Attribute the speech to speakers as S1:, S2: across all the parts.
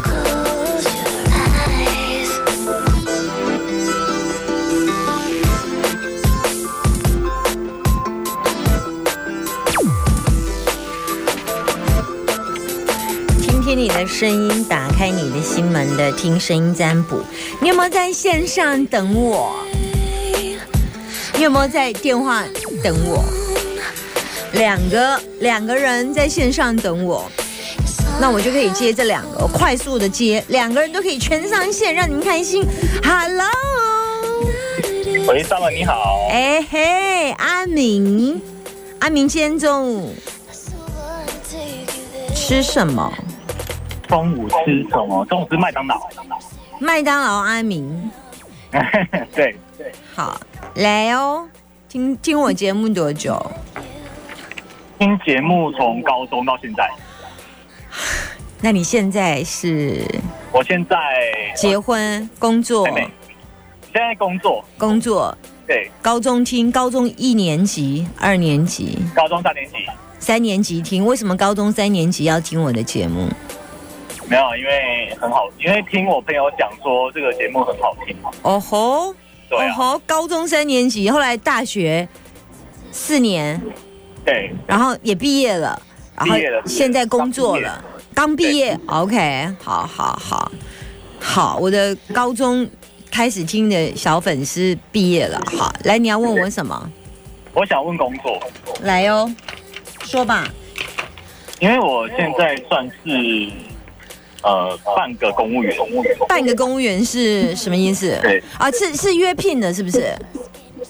S1: Close your eyes.
S2: 听听你的声音，打开你的心门的听声音占卜。你有没有在线上等我？你有没有在电话等我？两个两个人在线上等我，那我就可以接这两个，我快速的接，两个人都可以全上线，让你们开心。Hello，
S3: 喂，萨哦文你好，
S2: 哎嘿，阿明，阿明今天中午
S1: I still wanna take you there.
S2: 吃什么？
S3: 中午吃什么？中午吃麦当劳。
S2: 麦当劳，阿明。
S3: 对，
S2: 好，来哦，听听我节目多久？
S3: 听节目从高中到现在，
S2: 那你现在是
S3: 我现在
S2: 结婚、工作
S3: 还、没，现在工作，
S2: 工作，
S3: 对，
S2: 高中听，高中一年级、二年级、
S3: 高中三年级。
S2: 三年级听。为什么高中三年级要听我的节目？
S3: 没有，因为很好，因为听我朋友讲说这个节目很好听嘛。
S2: 哦吼，
S3: 对
S2: 哦
S3: 啊，
S2: 吼，高中三年级，后来大学四年，
S3: 对，
S2: 然后也毕业了，然后
S3: 毕业了毕业了
S2: 现在工作了，刚毕
S3: 毕
S2: 业。OK，好好好，好，我的高中开始听的小粉丝毕业了。好，来，你要问我什么？
S3: 我想问工作，
S2: 来哦，说吧。
S3: 因为我现在算是呃半个公务员，公务员，
S2: 办个公务员是什么意思？
S3: 对
S2: 啊，是是约聘的，是不是？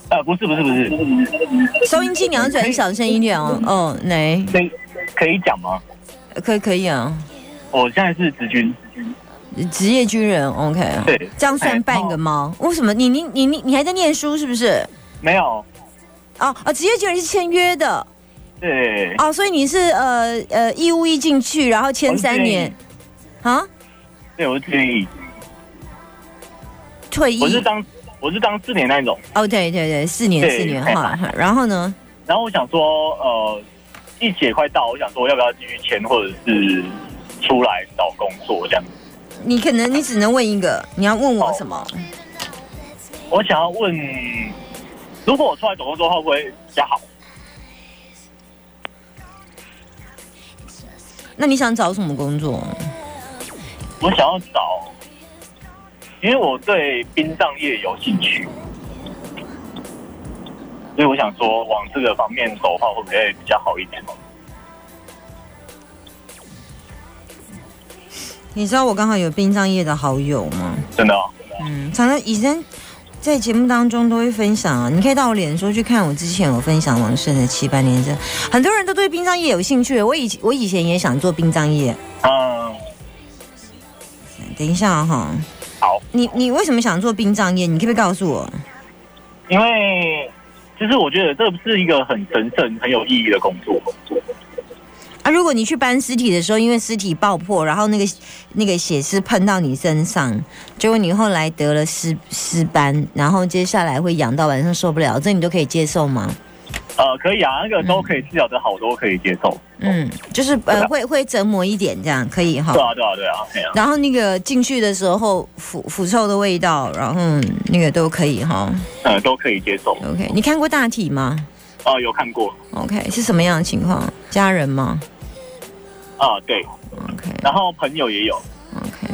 S3: 呃，不是不是不是，
S2: 收音机你要转小声一点哦。哦，来，
S3: 可以可以讲吗？
S2: 可以可以啊，
S3: 我现在是职军，
S2: 职业军人，OK。
S3: 对哎哦
S2: 这样算半个吗？为什么？你你你你你还在念书是不是？
S3: 没有，
S2: 哦哦，职业军人是签约的。
S3: 对，
S2: 哦，所以你是呃呃义务役进去，然后签三年啊，
S3: 哦对，我是军役，
S2: 退
S3: 我是
S2: 役
S3: 当我是当四年那一种，
S2: 哦，对对对，四年
S3: 对
S2: 四年
S3: 哎
S2: 哈， 然后呢，
S3: 然后我想说，呃，一起也快到，我想说要不要继续签，或者是出来找工作这样。
S2: 你可能你只能问一个，你要问我什么？
S3: 哦我想要问，如果我出来找工作的话，会不会比较好？
S2: 那你想找什么工作？
S3: 我想要找，因为我对殡葬业有兴趣，所以我想说往这个方面走的话，会不会比较好一点？
S2: 你知道我刚好有殡葬业的好友吗？
S3: 真的、哦，
S2: 嗯，常常以前在节目当中都会分享啊，你可以到我脸书去看我之前有分享王胜的七八年生，很多人都对殡葬业有兴趣。我以我以前也想做殡葬业，
S3: 嗯，
S2: 等一下哈、
S3: 好。
S2: 你你为什么想做殡葬业？你可不可以告诉我？
S3: 因为其实我觉得这不是一个很神圣、很有意义的工作。
S2: 啊，如果你去搬尸体的时候，因为尸体爆破，然后那个那个血丝喷到你身上，结果你后来得了尸尸斑，然后接下来会痒到晚上受不了，这你都可以接受吗？
S3: 呃，可以啊，那个都可以治疗的好多可以接受。
S2: 嗯，就是
S3: 对
S2: 呃
S3: 啊
S2: 会会折磨一点这样可以哈
S3: 对。啊，对啊，对啊，对啊。
S2: 然后那个进去的时候腐腐臭的味道，然后嗯那个都可以哈。
S3: 嗯、都可以接受。
S2: OK，你看过大体吗
S3: 啊、有看过
S2: ？OK，是什么样的情况？家人吗
S3: 啊、对。
S2: ？OK
S3: 然后朋友也有，
S2: OK，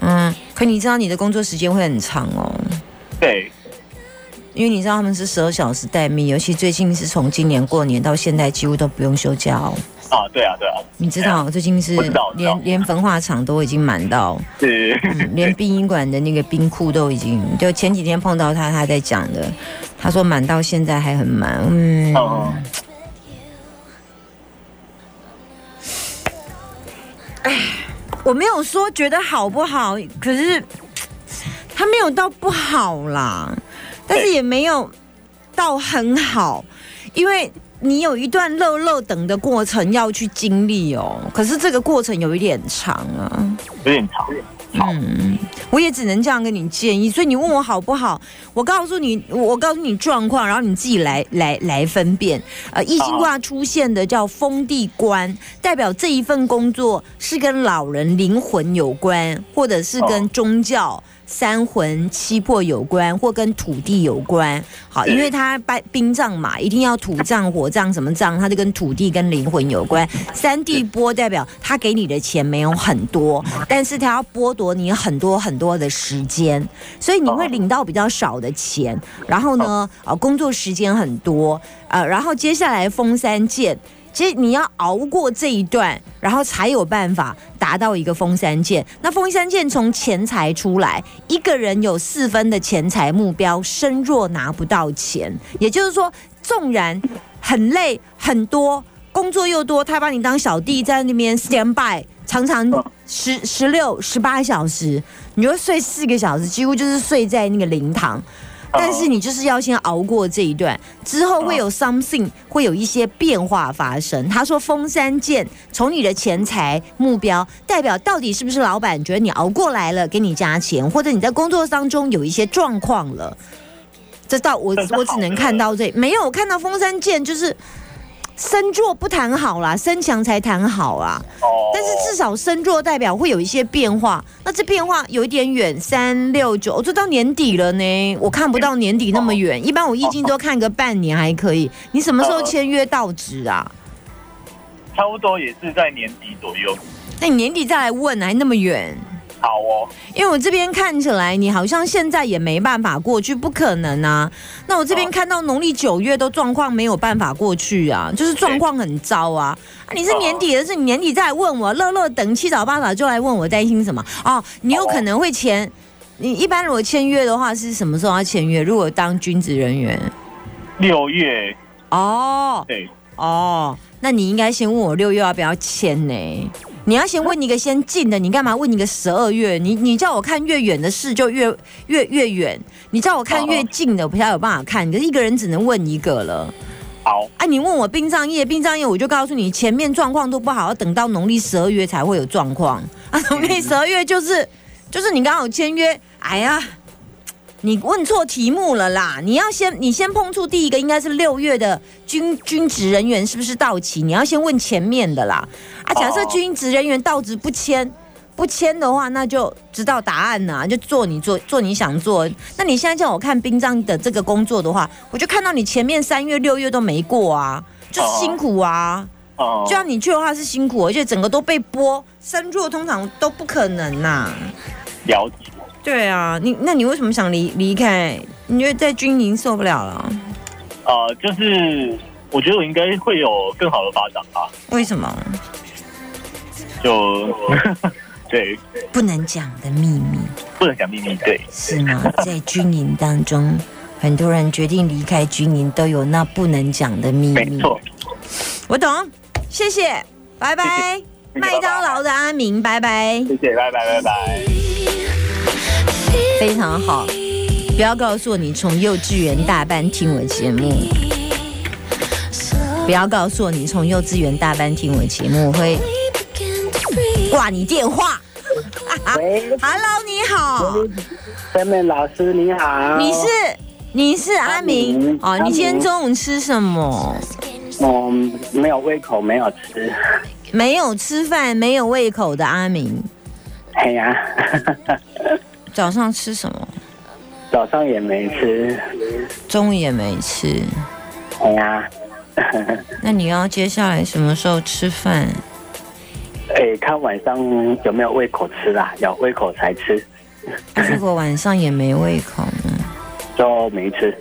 S2: 嗯，可你知道你的工作时间会很长哦。
S3: 对，
S2: 因为你知道他们是十二小时待命，尤其最近是从今年过年到现在，几乎都不用休假哦。
S3: 啊、对啊，对啊，
S2: 你知道最近是
S3: 我知道我知道
S2: 连连焚化厂都已经满到，
S3: 是，
S2: 嗯连殡仪馆的那个冰库都已经。就前几天碰到他，他在讲的，他说满到现在还很满，嗯，
S3: 嗯，
S2: 我没有说觉得好不好，可是他没有到不好啦，但是也没有到很好，因为你有一段漏漏等的过程要去经历哦。可是这个过程有一点长啊，
S3: 有点长。好，
S2: 嗯，我也只能这样跟你建议。所以你问我好不好，我告诉你，我我告诉你状况，然后你自己来来来分辨。呃，易经卦出现的叫封地官，代表这一份工作是跟老人灵魂有关，或者是跟
S3: 哦
S2: 宗教。三魂七魄有关，或跟土地有关。好，因为它拜殡葬嘛，一定要土葬、火葬什么葬，它就跟土地跟灵魂有关。三地波代表他给你的钱没有很多，但是他要剥夺你很多很多的时间，所以你会
S3: 哦
S2: 领到比较少的钱。然后呢，啊，工作时间很多，呃，然后接下来封三剑。其实你要熬过这一段，然后才有办法达到一个封三剑。那封三剑从钱财出来，一个人有四分的钱财目标，身弱拿不到钱，也就是说，纵然很累很多，工作又多，他把你当小弟在那边 stand by，常常
S3: 嗯
S2: 十十六十八小时，你就睡四个小时，几乎就是睡在那个灵堂。但是你就是要先熬过这一段，之后会有 something，会有一些变化发生。他说，封山剑从你的钱财目标代表到底是不是老板觉得你熬过来了，给你加钱，或者你在工作当中有一些状况了。这到我
S3: 这是
S2: 我只能
S3: 好的
S2: 看到这，没有我看到封山剑就是身弱不谈好啦，身强才谈好啊。
S3: 哦
S2: 但是至少身弱代表会有一些变化，那这变化有一点远，三六九，哦这到年底了呢，我看不到年底那么
S3: 哦
S2: 远。一般我易经都看个半年还可以。你什么
S3: 呃
S2: 时候签约到职啊？
S3: 差不多也是在年底左右。
S2: 那你年底再来问，还那么远？
S3: 好哦，
S2: 因为我这边看起来你好像现在也没办法过去，不可能啊。那我这边
S3: 哦
S2: 看到农历九月都状况没有办法过去啊，就是状况很糟啊。啊你是年底的事，你年底再来问我，乐乐等七早八早就来问我担心什么哦。你有可能会签，你一般如果签约的话是什么时候要签约？如果当军职人员
S3: 六月
S2: 哦，
S3: 对，
S2: 哦，那你应该先问我六月要不要签呢、你要先问一个先近的，你干嘛问一个十二月？你你叫我看越远的事就越越越远，你叫我看越近的，我比较有办法看。可是一个人只能问一个了。
S3: 好
S2: 啊，你问我殡葬业，殡葬业我就告诉你，前面状况都不好，要等到农历十二月才会有状况。 啊，农历十二月就是就是你刚好签约，哎呀，你问错题目了啦！你要先你先碰触第一个应该是六月的军军职人员是不是到期？你要先问前面的啦。啊，假设
S3: 哦
S2: 军职人员到职不签。不签的话，那就知道答案啊啦、就做你做做你想做。那你现在叫我看殡葬的这个工作的话，我就看到你前面三月、六月都没过啊，就
S3: 哦
S2: 辛苦啊。
S3: 哦，
S2: 就像你去的话是辛苦，而且整个都被剥，身弱通常都不可能呐、
S3: 了解。
S2: 对啊，你那你为什么想离离开？你觉得在军营受不了了？
S3: 呃，就是我觉得我应该会有更好的发展吧。
S2: 为什么？
S3: 就 对，
S2: 不能讲的秘密
S3: 不能讲秘密。对，
S2: 是 吗？在军营当中，很多人决定离开军营，都有那不能讲的秘
S3: 没
S2: 密。
S3: 错。
S2: 我懂，谢谢，拜拜。
S3: 谢谢
S2: 麦当劳的阿明，拜拜。
S3: 谢谢，拜拜，拜拜。
S2: 非常好，不要告诉我你从幼稚园大班听我节目，不要告诉我你从幼稚园大班听我节目，我会挂你电话。
S4: 喂，
S2: Hello，你好，
S4: 陈美老师你好。
S2: 你是你是阿明
S4: 阿明
S2: 哦？
S4: 阿明
S2: 你今天中午吃什么？
S4: 嗯，没有胃口，没有吃。
S2: 没有吃饭，没有胃口的阿明，
S4: 哎呀，
S2: 早上吃什么？
S4: 早上也没吃。
S2: 中午也没吃，
S4: 哎呀，
S2: 那你要接下来什么时候吃饭？
S4: 哎，看晚上有没有胃口吃啦、有胃口才吃，
S2: 如果晚上也没胃口呢？
S4: 就没吃。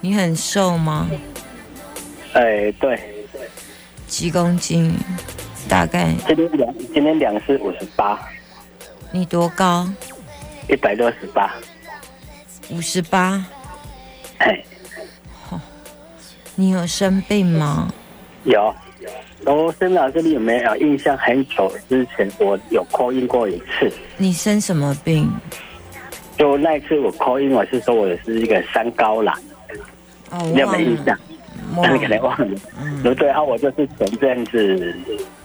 S2: 你很瘦吗？
S4: 哎，对，
S2: 几公斤？大概
S4: 今天量今天量是五十八，
S2: 你多高？
S4: 一百六十八。
S2: 五十八？
S4: 嘿，
S2: 你有生病吗？
S4: 有。哦，森老师，你有没有印象？很久之前我有扣印过一次，
S2: 你生什么病？
S4: 就那一次我扣印，我是说我是一个三高啦，
S2: 哦，
S4: 你
S2: 我
S4: 有没有印
S2: 忘
S4: 象
S2: 了，？我
S4: 那
S2: 忘
S4: 你可能
S2: 了。
S4: 忘了。对啊，我就是前阵子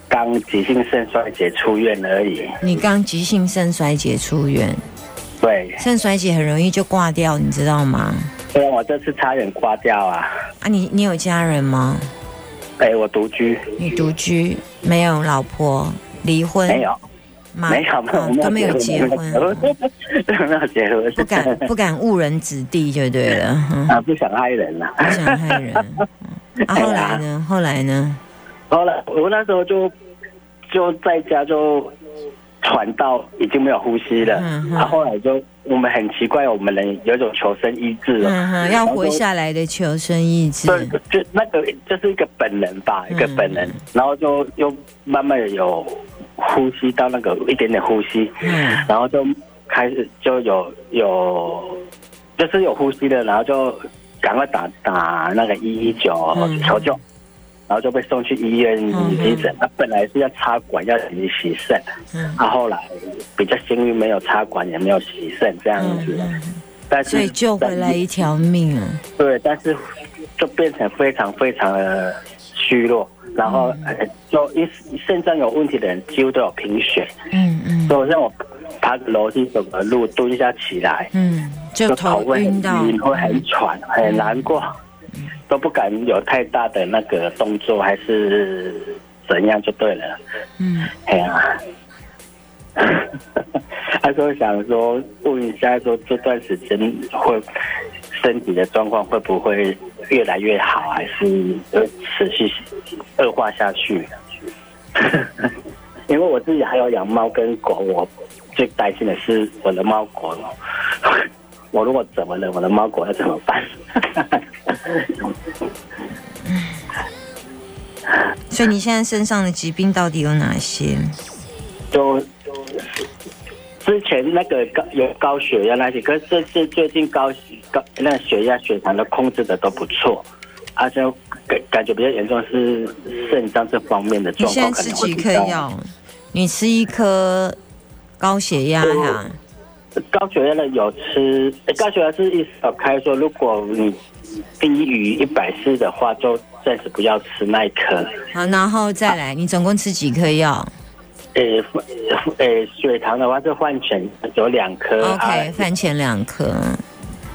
S4: 刚急性肾衰竭出院而已。
S2: 你刚急性肾衰竭出院，
S4: 对，
S2: 肾衰竭很容易就挂掉，你知道吗？
S4: 虽然我这次差点挂掉啊，
S2: 啊，你你有家人吗？
S4: 哎，我独居，
S2: 你独居，没有老婆，离婚
S4: 没有，
S2: 吗？
S4: 没有，没
S2: 啊
S4: 有，
S2: 都没有结 婚，哦，
S4: 没有结婚，
S2: 不敢不敢误人子弟就对了，嗯
S4: 啊，不想害人呐、
S2: 不 想害人。嗯啊，后来呢？后来呢？
S4: 后来我那时候就就在家就喘到已经没有呼吸了，
S2: 嗯嗯
S4: 啊，后来就我们很奇怪，我们人有一种求生意志哦，
S2: 嗯哼，要活下来的求生意志。
S4: 对，就那个就是一个本能吧，
S2: 嗯
S4: 一个本能，然后就又慢慢有呼吸到那个一点点呼吸，
S2: 嗯
S4: 然后就开始就有有就是有呼吸的，然后就赶快打打那个一一九
S2: 嗯
S4: 求救，然后就被送去医院
S2: 嗯
S4: 急诊。他、本来是要插管要洗洗肾，
S2: 嗯
S4: 他、后来比较幸运没有插管也没有洗肾这样
S2: 嗯
S4: 子，
S2: 嗯，
S4: 但是
S2: 所以救回来一条命啊！
S4: 对，但是就变成非常非常的虚弱，然后呃就因肾脏有问题的人几乎都有贫血，
S2: 嗯嗯
S4: 所以让我爬个楼梯、走个路、蹲下起来，
S2: 嗯，就
S4: 就头
S2: 头
S4: 会
S2: 晕
S4: 很
S2: 到，嗯
S4: 晕，会很喘，很难过，都不敢有太大的那个动作，还是怎样就对了。
S2: 嗯
S4: 哎呀、 他说想说问一下，说这段时间会身体的状况会不会越来越好，还是会持续恶化下去？因为我自己还有养猫跟狗，我最担心的是我的猫狗， 我如果怎么了，我的猫狗要怎么办？
S2: 所以你现在身上的疾病到底有哪些？
S4: 就之前那个高有高血压那些，可是这次最近高血高那血压血糖的控制的都不错，而且感感觉比较严重是肾脏这方面的
S2: 你
S4: 状
S2: 现
S4: 况
S2: 在
S4: 可
S2: 吃
S4: 能
S2: 几
S4: 会比
S2: 颗
S4: 较。
S2: 药？你吃一颗高血压呀、
S4: 哦高血压的有吃，呃高血压是医生开说，如果你低于一百四的话，就暂时不要吃那一颗。
S2: 好，然后再来，你总共吃几颗药
S4: 诶、诶、呃血糖的话是换成有两颗
S2: ？OK，
S4: 啊，
S2: 饭前两颗，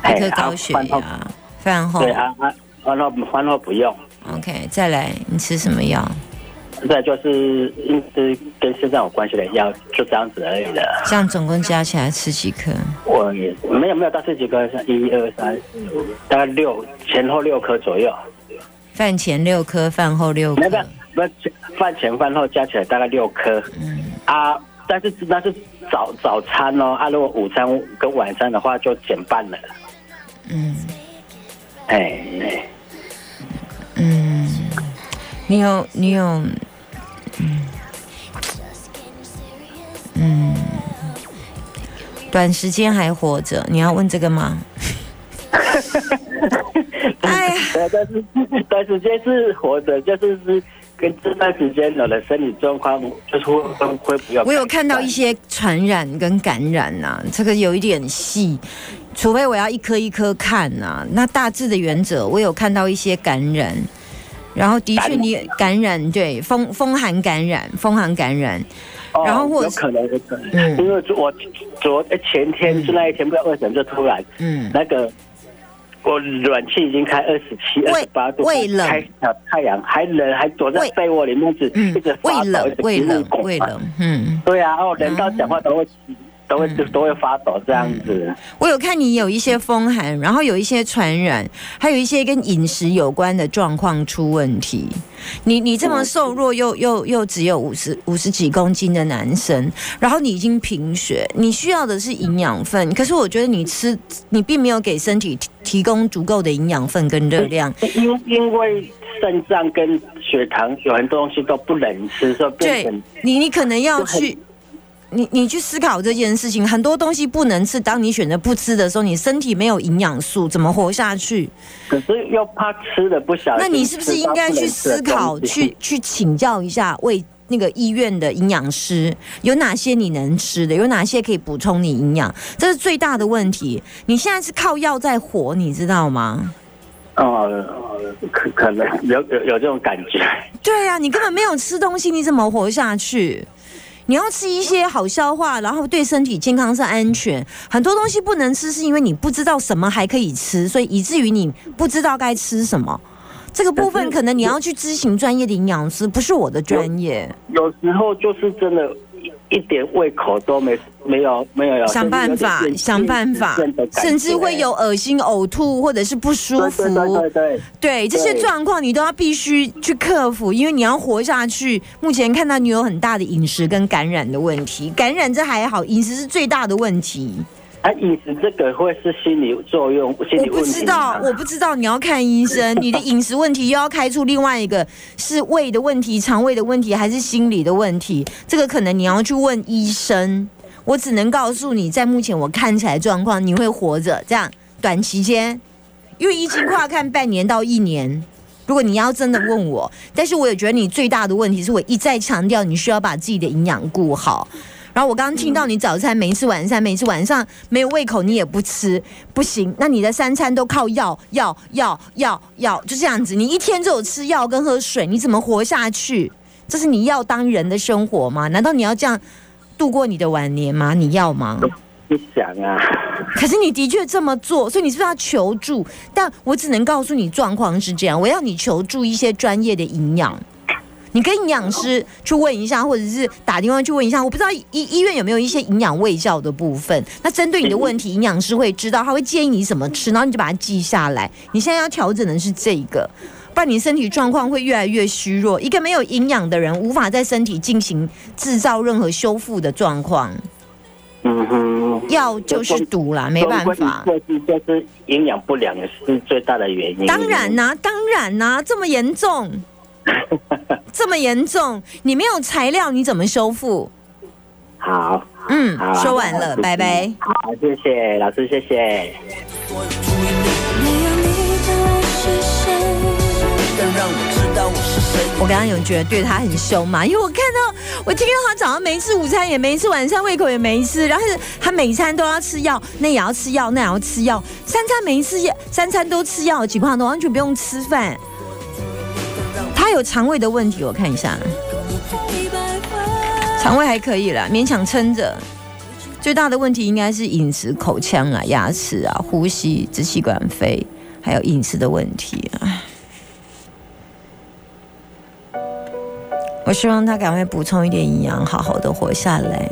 S4: 哎
S2: 一颗
S4: 啊
S2: 高血
S4: 饭后
S2: 压，哦饭后
S4: 对啊啊，饭后饭后不用。
S2: OK，再来，你吃什么药？
S4: 再就是嗯，是跟肾脏有关系的药，就这样子而已了。
S2: 这样总共加起来吃几颗？
S4: 我也没有没有到这几个，像一二三，大概六前后六颗左右，
S2: 饭前六颗，饭后六
S4: 那
S2: 颗。
S4: 个不饭前饭后加起来大概六颗。
S2: 嗯
S4: 啊，但是那是早早餐哦，啊，如果午餐跟晚餐的话就减半了。
S2: 嗯
S4: 哎，哎
S2: 嗯，你有你有嗯，短时间还活着，你要问这个吗？哎呀，
S4: 对，但是但是这是活着，就是是跟这段时间我的身体状况就是会会会比较。
S2: 我有看到一些传染跟感染呐、这个有一点细，除非我要一颗一颗看呐、那大致的原则，我有看到一些感染，然后的确你感染对风风寒感染，风寒感染，
S4: 哦
S2: 然后或者
S4: 有
S2: 是
S4: 可能，有可能，
S2: 嗯
S4: 因为我昨呃前天就那一天，不知道为什么就突然，
S2: 嗯
S4: 那个我暖气已经开二十七、二
S2: 胃
S4: 十八度，
S2: 胃冷
S4: 开小太阳还冷，还躲在
S2: 胃
S4: 被窝里面一直
S2: 嗯
S4: 一直，发
S2: 胃
S4: 抖，
S2: 冷
S4: 一直
S2: 胃冷
S4: 鼻孔
S2: 胃，冷，嗯，
S4: 对啊，哦，人到讲话都会都会都会发抖这样子，
S2: 我有看你有一些风寒，然后有一些传染，还有一些跟饮食有关的状况出问题。你你这么瘦弱又又又只有五十五十几公斤的男生，然后你已经贫血，你需要的是营养分，可是我觉得你吃你并没有给身体提提供足够的营养分跟热量，
S4: 因因为肾脏跟血糖有很多东西都不能吃，所以变
S2: 对
S4: 成
S2: 你，你可能要
S4: 就很
S2: 去，你你去思考这件事情。很多东西不能吃，当你选择不吃的时候，你身体没有营养素，怎么活下去？
S4: 可是又怕吃的不小心，
S2: 那你是不是应该去思考，去去请教一下为那个医院的营养师，有哪些你能吃的，有哪些可以补充你营养？这是最大的问题。你现在是靠药在活，你知道吗？
S4: 哦，可可能有有有这种感觉。
S2: 对呀、你根本没有吃东西，你怎么活下去？你要吃一些好消化，然后对身体健康是安全。很多东西不能吃，是因为你不知道什么还可以吃，所以以至于你不知道该吃什么。这个部分可能你要去咨询专业的营养师，不是我的专业。
S4: 有时候就是真的，一一点胃口都没没有没有，
S2: 想办法，想办法，甚至会有恶心、呕吐或者是不舒
S4: 对
S2: 服。
S4: 对对对对，
S2: 对这些
S4: 对
S2: 状况，你都要必须去克服，因为你要活下去。目前看到你有很大的饮食跟感染的问题，感染这还好，饮食是最大的问题。
S4: 啊，饮食这个会是心理作用，心
S2: 我
S4: 理
S2: 不
S4: 问题。
S2: 知道，我不知道，你要看医生。你的饮食问题又要开出另外一个是胃的问题、肠胃的问题，还是心理的问题？这个可能你要去问医生。我只能告诉你，在目前我看起来状况，你会活着这样短期间，因为疫情跨看半年到一年。如果你要真的问我，但是我也觉得你最大的问题是我一再强调，你需要把自己的营养顾好。然后我刚刚听到你早餐没吃晚餐没吃，晚上没有胃口你也不吃，不行，那你的三餐都靠药药药药药，就这样子，你一天只有吃药跟喝水，你怎么活下去？这是你要当人的生活吗？难道你要这样度过你的晚年吗？你要吗？
S4: 不想啊，
S2: 可是你的确这么做，所以你是不是要求助？但我只能告诉你，状况是这样，我要你求助一些专业的营养。你跟营养师去问一下，或者是打电话去问一下，我不知道医医院有没有一些营养卫教的部分。那针对你的问题，营养师会知道，他会建议你怎么吃，然后你就把它记下来。你现在要调整的是这个，不然你身体状况会越来越虚弱。一个没有营养的人，无法在身体进行制造任何修复的状况。
S4: 嗯哼，
S2: 药就是毒啦，没办法。
S4: 就是就是营养不良也是最大的原因。
S2: 当然啦、当然啦、这么严重，这么严重，你没有材料，你怎么修复？
S4: 好，
S2: 嗯
S4: 好，啊
S2: 说完了， 拜拜。。
S4: 好，谢谢老师，谢谢。
S1: 没有你的我是谁？
S5: 但让我知道我是谁。
S2: 我刚刚有觉得对他很凶嘛，因为我看到我听到他早上没吃午餐，也没吃晚餐，胃口也没吃，然后他每餐都要吃药，那也要吃药，那也要吃药，三餐没吃药，三餐都吃药的情况都完全不用吃饭。他有肠胃的问题，我看一下。肠胃还可以啦，勉强撑着。最大的问题应该是饮食、口腔啊、牙齿啊、呼吸、支气管肺，还有饮食的问题啊。我希望他赶快补充一点营养，好好的活下来。